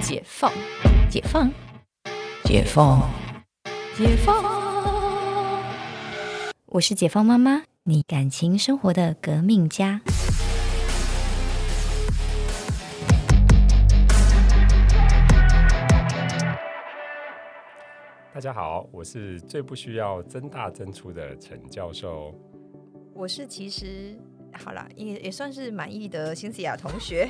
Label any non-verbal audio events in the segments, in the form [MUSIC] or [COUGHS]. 解放，解放，解放，解放。我是解放妈妈，你感情生活的革命家。大家好，我是最不需要增大增粗的陈教授。我是其实好啦，也也算是满意的辛西亚同 [LAUGHS] 学，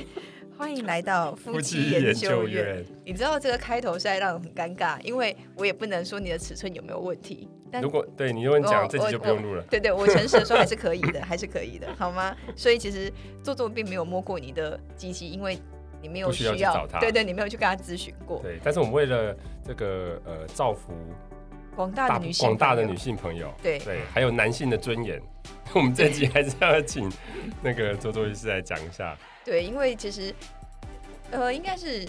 欢迎来到夫妻研究院。，你知道这个开头实在让人很尴尬，因为我也不能说你的尺寸有没有问题，但哦如果对你如果你我讲这集就不我用录了。对对，我诚实的说还是可以的，还是可以的，好吗？所以其实做作并没有摸过你的机器，因为你没有不需要去找他对对，你没有去跟他咨询过。对，但是我们为了这个呃造福广大大的女性，广大的女，性朋友，对对，还有男性的尊严， [LAUGHS] 我们这集还是要请那个周周医师来讲一下。对，因为其实呃，应该是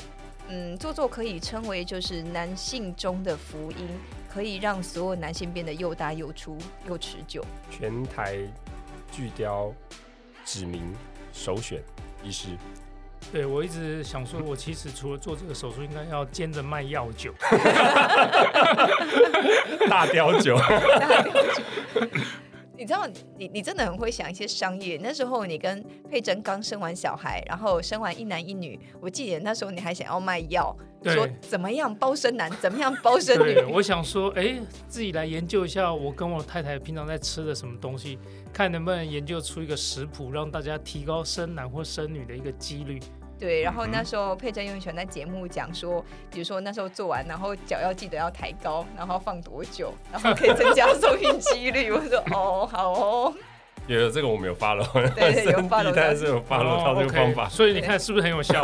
嗯，做作可以称为就是男性中的福音，可以让所有男性变得又大又粗又持久。全台巨雕指名首选医师，对，我一直想说，我其实除了做这个手术，应该要兼着卖药 [LAUGHS] 酒。大雕 [LAUGHS] 酒， [LAUGHS] 你知道，你你真的很会想一些商业。那时候你跟佩珍刚生完小孩，然后生完一男一女，我记得那时候你还想要卖药，对说怎么样包生男，怎么样包生女对，。我想说，哎，自己来研究一下我跟我太太平常在吃的什么东西，看能不能研究出一个食谱，让大家提高生男或生女的一个几 [LAUGHS] 率。对，然后嗯哼那时候佩珍又很喜欢在节目讲说，比如说那时候做完，然后脚要记得要抬高，然后放多久，然后可以增加 [LAUGHS] 受孕几率。我说哦，好哦，有有这个我没有 follow，对对有身体 follow 当然是有 follow 到这个哦 OK，方法。所以你看是不是很有 [LAUGHS] 效？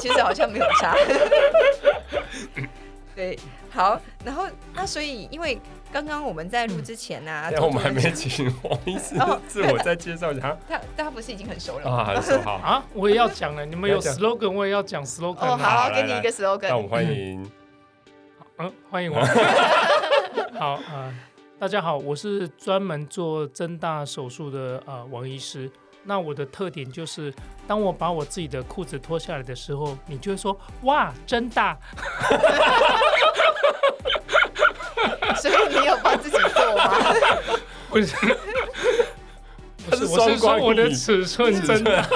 其实好像没有差。 [LAUGHS] 对，好，然后那所以因为刚刚我们在录之前呢、啊，嗯但我们还没请黄医师哦 [LAUGHS] 自我再介绍一下他他不是已经很熟了吗？啊，很熟好。啊，我也要讲了，你们要有讲 slogan，我也要讲 slogan 哦，啊。好，来给你一来个那 slogan。我们欢迎嗯，欢 [LAUGHS] 迎我。好啊、呃大家好，我是专门做增大手术的呃王医师。那我的特点就是，当我把我自己的裤子脱下来的时候，你就会说哇，真大。所以你有帮自己做吗？ [LAUGHS] 不是，不是是，双我是说关我的语尺寸真大。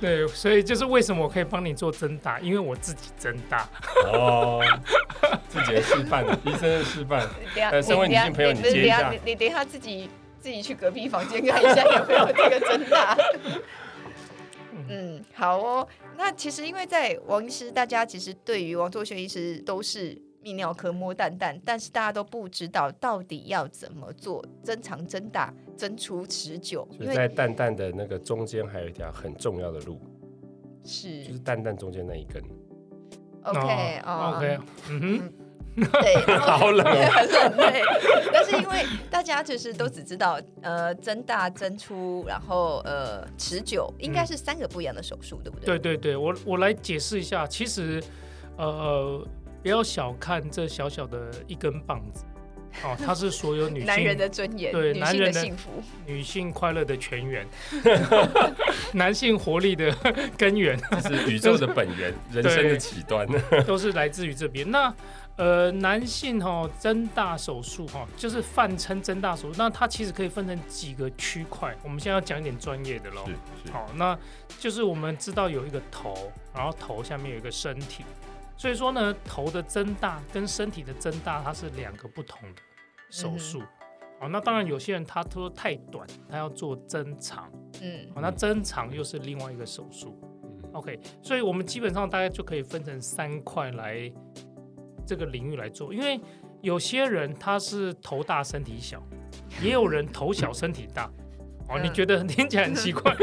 对，所以就是为什么我可以帮你做增大，因为我自己增大。哦， [LAUGHS] 自己的示范，医生的示范。等一下呃身为你等女性朋友你你不是接等一下下你你等一下自己自己去隔壁房间看一下有没有这个真的。嗯，好哦。那其实因为在王医师，大家其实对于王作轩医师都是泌尿科摸蛋蛋，但是大家都不知道到底要怎么做增长、增大、增出持久，就因是在为蛋蛋的那个中间还有一条很重要的路，就是啊是蛋蛋中间那一根。 OK 哦哦 OK，嗯哼。 [LAUGHS] [LAUGHS] 对，然后好冷哦很冷 [LAUGHS] 对。但是因为大家其实都只知道，呃，增大、增粗，然后呃，持久，应该是三个不一样的手术，对不对？对对对，我我来解释一下，其实呃，不要小看这小小的一根棒子，哦，它是所有女 [LAUGHS] 性男人的尊严，对女男性的人的幸福，女性快乐的泉源， [LAUGHS] 男性活力的 [LAUGHS] 根源，是宇宙的本源，人生的起端。都是来自于这边。那呃，男性哈、哦、增大手术哈、哦，就是泛称增大手术，那它其实可以分成几个区块。我们现在要讲一点专业的喽。 [LAUGHS] 是是，好，那就是我们知道有一个头，然后头下面有一个身体，所以说呢，头的增大跟身体的增大，它是两个不同的手术。好，那当然有些人他说太短，他要做增长，嗯好，那增长又是另外一个手术。嗯 OK，所以我们基本上大概就可以分成三块来这个领域来做，因为有些人他是头大身体小，也有人头小身体大。哦，你嗯觉得听起来很奇怪，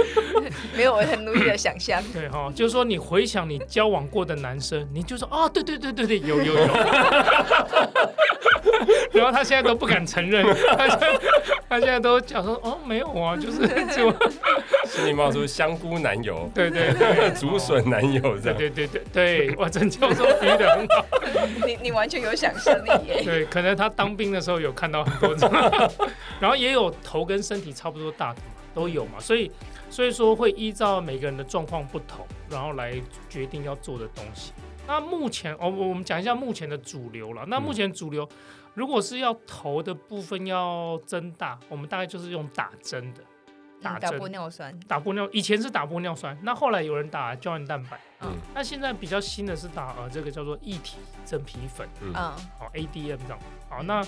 没有我很努力的想象， [LAUGHS] 对哈、就是说你回想你交往过的男生，你就说啊，对对对对对，有有有。 [LAUGHS] 然后他现在都不敢承认，他现在他现在都讲说哦，没有啊，就是就、心里冒出香菇男友对对对， [LAUGHS] 竹笋男友这对样。对对对对，哇，陈教授逼的很好。你你完全有想象力耶。对，可能他当兵的时候有看到很多种，然后也有头跟身体差不多大的嘛，都有嘛，所以所以说会依照每个人的状况不同，然后来决定要做的东西。那目前哦，我我们讲一下目前的主流了。那目前主流，如果是要投的部分要增大，我们大概就是用打针的， [LAUGHS] 打嗯打针玻尿酸，打玻尿，以前是打玻尿酸，那后来有人打胶原蛋白，嗯那现在比较新的是打呃这个叫做一体真皮粉，嗯，好 ADM 这样，好那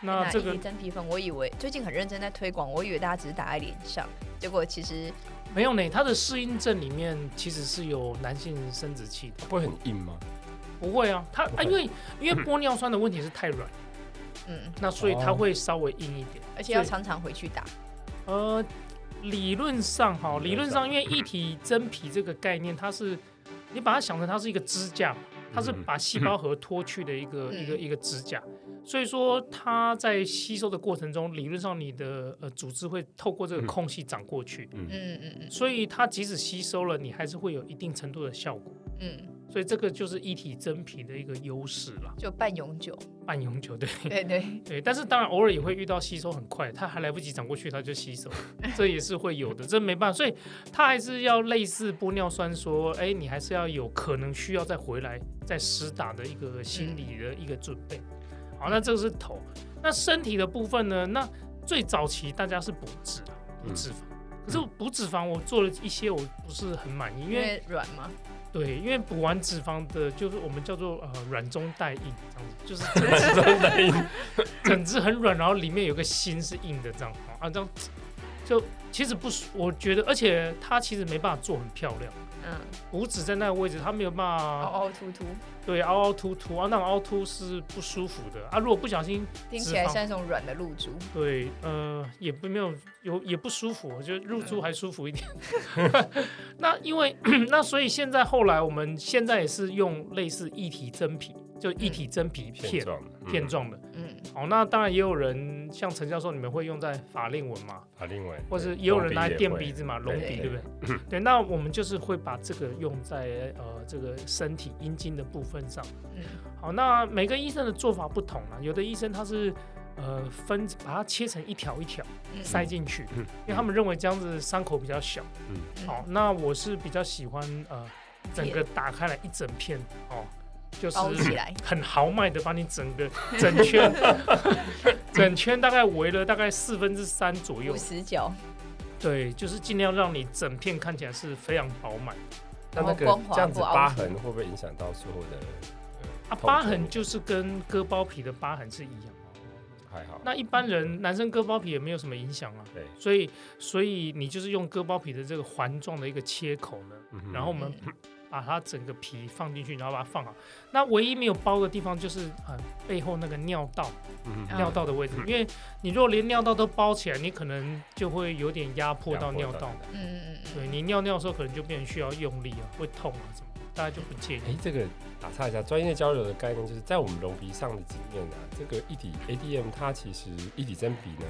那那这一个提真皮粉，我以为最近很认真在推广，我以为大家只是打在脸上，结果其实没有呢，它的适应症里面其实是有男性生殖器的，不会很硬吗？不会啊，它不啊会因为因为玻尿酸的问题是太软，嗯，那所以它哦会稍微硬一点，而且要所常常回去打，以呃理论上哈，理理论论上上因为一体真皮这个概念，它是你把它想成它是一个支架嘛，它是嗯把细胞核脱去的一个、嗯一个一个支架，所以说它在吸收的过程中，理论上你的呃组织会透过这个嗯空隙长过去，嗯，嗯嗯嗯所以它即使吸收了，你还是会有一定程度的效果。嗯，所以这个就是一体真皮的一个优势啦，就半永久，半永久对对对，对，但是当然偶尔也会遇到吸收很快，它还来不及长过去，它就吸收，这也是会有的，这没办法，所以它还是要类似玻尿酸说，哎，你还是要有可能需要再回来再施打的一个心理的一个准备。好，那这个是头，那身体的部分呢？那最早期大家是补脂啊，补脂肪，可是补脂肪我做了一些我不是很满意，因因为为软嘛，对，因为补完脂肪的，就是我们叫做呃软中带硬这样子，就是脂肪太硬，整只很软，然后里面有个心是硬的这样啊，这样就其实不舒，我觉得，而且它其实没办法做很漂亮，嗯，五指在那个位置，它没有办凹法凹凸凸，对凹凹凸凸啊，那种凹凸是不舒服的啊，如果不小心听起来脂肪像一种软的露珠，对，呃，也不没有有也不舒服，我觉得入住还舒服一点。 [LAUGHS] 那因为那所以现在后来我们现在也是用类似一体真皮，就一体真皮片片状的，嗯片。状的。嗯，好，那当然也有人像陈教授，你们会用在法令纹嘛，啊，另外，或是也有人拿来垫鼻子，子嘛，隆鼻，对对不对？对，那我们就是会把这个用在呃这个身体阴茎的部分上。嗯好，那每个医生的做法不同啊啦，有的医生他是呃分把它切成一条一条嗯塞进去，嗯因为他们认为这样子伤口比较小。嗯好，那我是比较喜欢呃整个打开来一整片哦，就是包起 [LAUGHS] 来，很豪迈的把你整 [LAUGHS] 个整圈整圈大概围了大概四分之三左右五，十角，对，就是尽量让你整片看起来是非常饱满。那那个然后光滑这样子不凹疤凸痕会不会影响到最后的？啊，痛疤处痕就是跟割包皮的疤痕是一样。还好，那一般嗯人男生割包皮也没有什么影响啊，对，所以所以你就是用割包皮的这个环状的一个切口呢，嗯哼然后我们嗯把它整个皮放进去，然后把它放好。那唯一没有包的地方就是呃背后那个尿道嗯哼尿道的位置，因为你如果连尿道都包起来，你可能就会有点压迫到尿道。。嗯嗯嗯 [LAUGHS] 对你尿尿的时候，可能就变成需要用力啊，会痛啊什么的，大家就不建哎议。，这个打岔一下，专业交流的概念就是在我们隆鼻上的经验啊，这个一体 ADM 它其实一体真皮呢，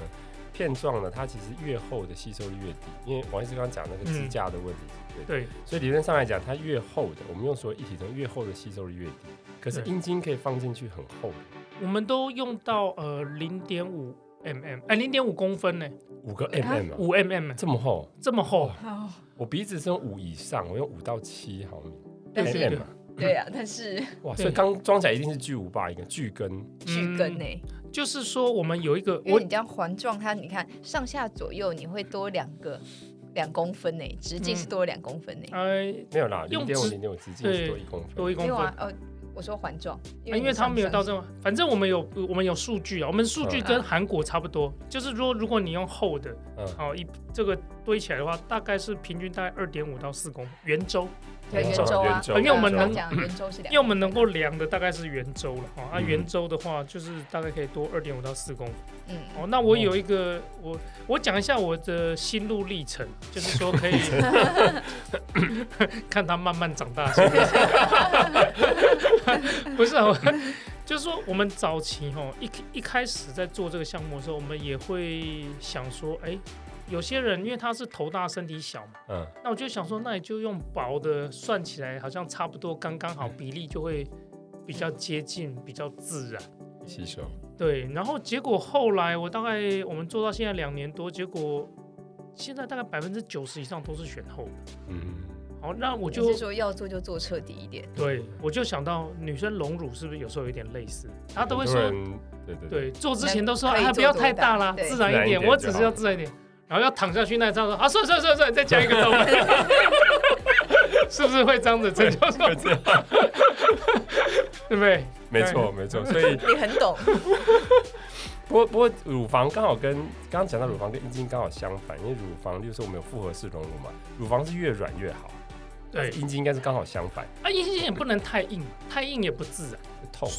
片状的它其实越厚的吸收率越低，因为王医师刚刚讲那个支架的问题是嗯对的，对所以理论上来讲，它越厚的，我们用所有一体中越厚的吸收率越低，可是对阴茎可以放进去很厚的，我们都用到呃零点五 mm，哎零点五公分呢，五个 mm 啊，五 mm 这么厚，这么厚，好，我鼻子是用五以上，我用五到七毫米但是 mm 嘛，对啊，但是哇，对所以刚装起来一定是巨无霸一个巨根，巨根呢、就是说我们有一个因为嗯我你这样环状它，你看上下左右你会多两个两公分呢，直径是嗯多两公分呢。呃没有啦，零用点五直零点五直径对是多一公分，多一公没有分。啊啊，哦，我说环状，因因为为他没有到这种，么，反正我们有我们有数据啊，我们数据嗯跟韩国差不多，就是说如果你用厚的，嗯哦一这个堆起来的话，大概是平均大概二点五到四公分圆周，对圆圆周啊，周因为我们能讲圆周是两，因为我们能够量的大概是圆周了哦，啊嗯圆周的话就是大概可以多二点五到四公分嗯，哦。那我有一个我我讲一下我的心路历程，就是说可以看他慢慢长大，是不是 [LAUGHS] 不是啊。我就是说，我们早期哈一一开始在做这个项目的时候，我们也会想说，哎、有些人因为他是头大身体小嘛，嗯，那我就想说，那你就用薄的算起来，好像差不多刚刚好，比例就会比较接近，比较自然。嗯吸收，对，然后结果后来我大概我们做到现在两年多，结果现在大概百分之九十以上都是选后的。嗯，好，那我我就是说要做就做彻底一点，对我就想到女生隆乳是不是有时候有点类似？她都会很多说，人，对对对，对，做之前都说可以啊做不要多太大大啦，对自然一自然一点，点我只是要自然一点，然后要躺下去那一张说啊算了算了算了算了，再加一个头发， [LAUGHS] 是不是会这样子？陈教授， [LAUGHS] 对不对？没错没错，所 [LAUGHS] 以你很懂，不过不过乳房刚好跟刚刚讲到乳房跟阴茎刚好相反，因为乳房就是我们有复合式隆乳嘛，乳房是越软越好，对阴茎应该是刚好相反，啊，阴茎也不能太硬，太硬也不自然。会痛，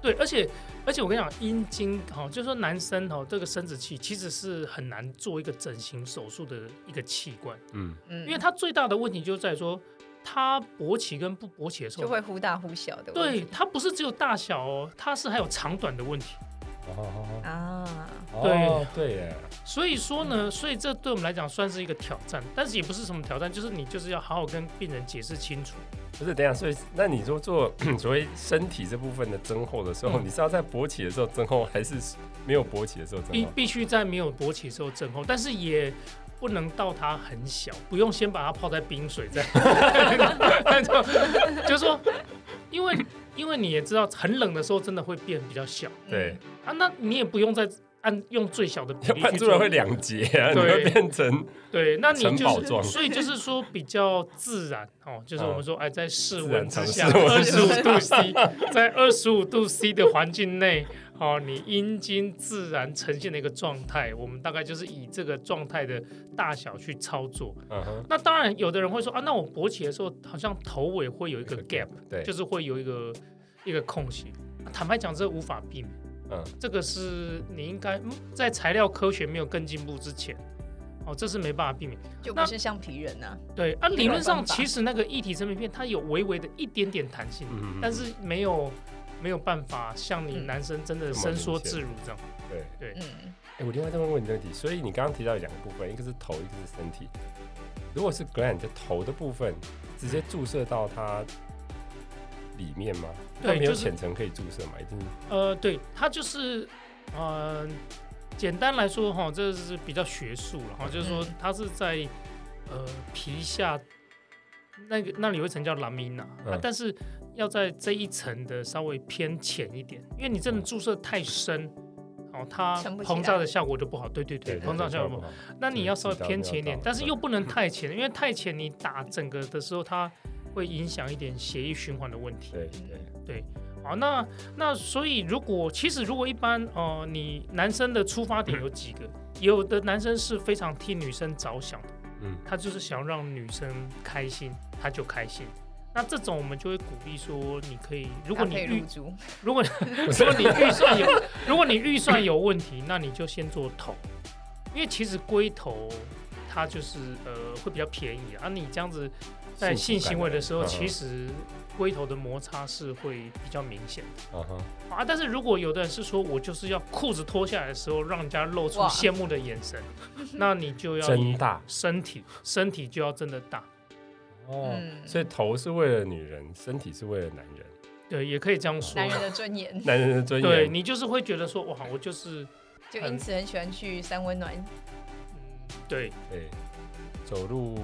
对，而且而且我跟你讲，阴茎哈，就是说男生哈，这个生殖器其实是很难做一个整形手术的一个器官，嗯，嗯，因为它最大的问题就在于说，它勃起跟不勃起的时就候，会忽大忽小的问对题，它不是只有大小哦，它是还有长短的问题。哦啊，哦对耶，所以说嗯呢，所以这对我们来讲算是一个挑战，但是也不是什么挑战，就是你就是要好好跟病人解释清楚。不是等一下，所以那你说做 [COUGHS] 所谓身体这部分的增厚的时候，嗯你是要在勃起的时候增厚，还是没有勃起的时候嗯增必厚？必须在没有勃起的时候震后，但是也不能到它很小，不用先把它泡在冰水再，再做就是说，因为因为你也知道，很冷的时候真的会变比较小对，啊，那你也不用再按用最小的比要例不然去突然做会，两节啊，你对会变成对，那你城就堡是状所以就是说比较自然哦，就是我们说哎，在室温之下嗯自然二常十室五温度 C，在二十五度 C 的环境内哦，你阴茎自然呈现的一个状态，我们大概就是以这个状态的大小去操作。嗯哼，那当然，有的人会说啊，那我勃起的时候好像头尾会有一个有一个 gap，对，就是会有一个一个空隙。啊坦白讲，这无法避免。嗯这个是你应该、嗯在材料科学没有更进步之前，哦，这是没办法避免。嗯就那不是橡皮人啊，对啊，有理论上办法其实那个一体成品片它有微微的一点点弹性，嗯，但是没有没有办法像你嗯男生真的这么伸明缩显自如这样。对。嗯，哎、我另外再问问你这个问题，所以你刚刚提到有两个部分，一个是头，一个是身体。如果是 gland 的头的部分，直接注射到它里面吗？它对没有就是浅层可以注射嘛？一定呃，对，它就是呃，简单来说哈，这是比较学术了哈，就是说嗯它是在呃皮下那个那里有一层叫拉米娜啊嗯，但是要在这一层的稍微偏浅一点，因为你真的嗯注射太深。哦，它撑不起膨来胀的效果就不好，对对对，膨胀效果不好。好。那你要稍微知道偏知前一点道，但是又不能太前，因为太前你打整个的时候，它会影响一点血液循环的问题。对对，好，那那所以如果其实如果一般呃，你男生的出发点有几个，有的男生是非常替女生着想的，嗯他就是想让女生开心，他就开心。那这种我们就会鼓励说，你可以，如如果你配预入猪，[LAUGHS] 如果如果你预算有，如果你预算有问题，那你就先做头，因为其实龟头它就是呃会比较便宜啊。你这样子在性行为的时候，嗯哼其实龟头的摩擦是会比较明显的嗯哼，啊。但是如果有的人是说我就是要裤子脱下来的时候，让人家露出哇羡慕的眼 [LAUGHS] 神，那你就要真以大身体，身体就要真的大。哦。嗯，所以头是为了女人，身体是为了男人，对，也可以这样说男。人的尊严，男人的尊严。对你就是会觉得说，哇，我就是，就因此很喜欢去三温暖，嗯，对，对，走路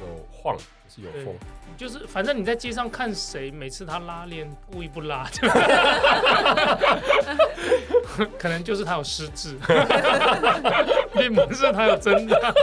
有晃，就是有风。就是反正你在街上看谁，每次他拉链故意不拉， [LAUGHS] 可能就是他有失 [LAUGHS] 智，并不是他有真的。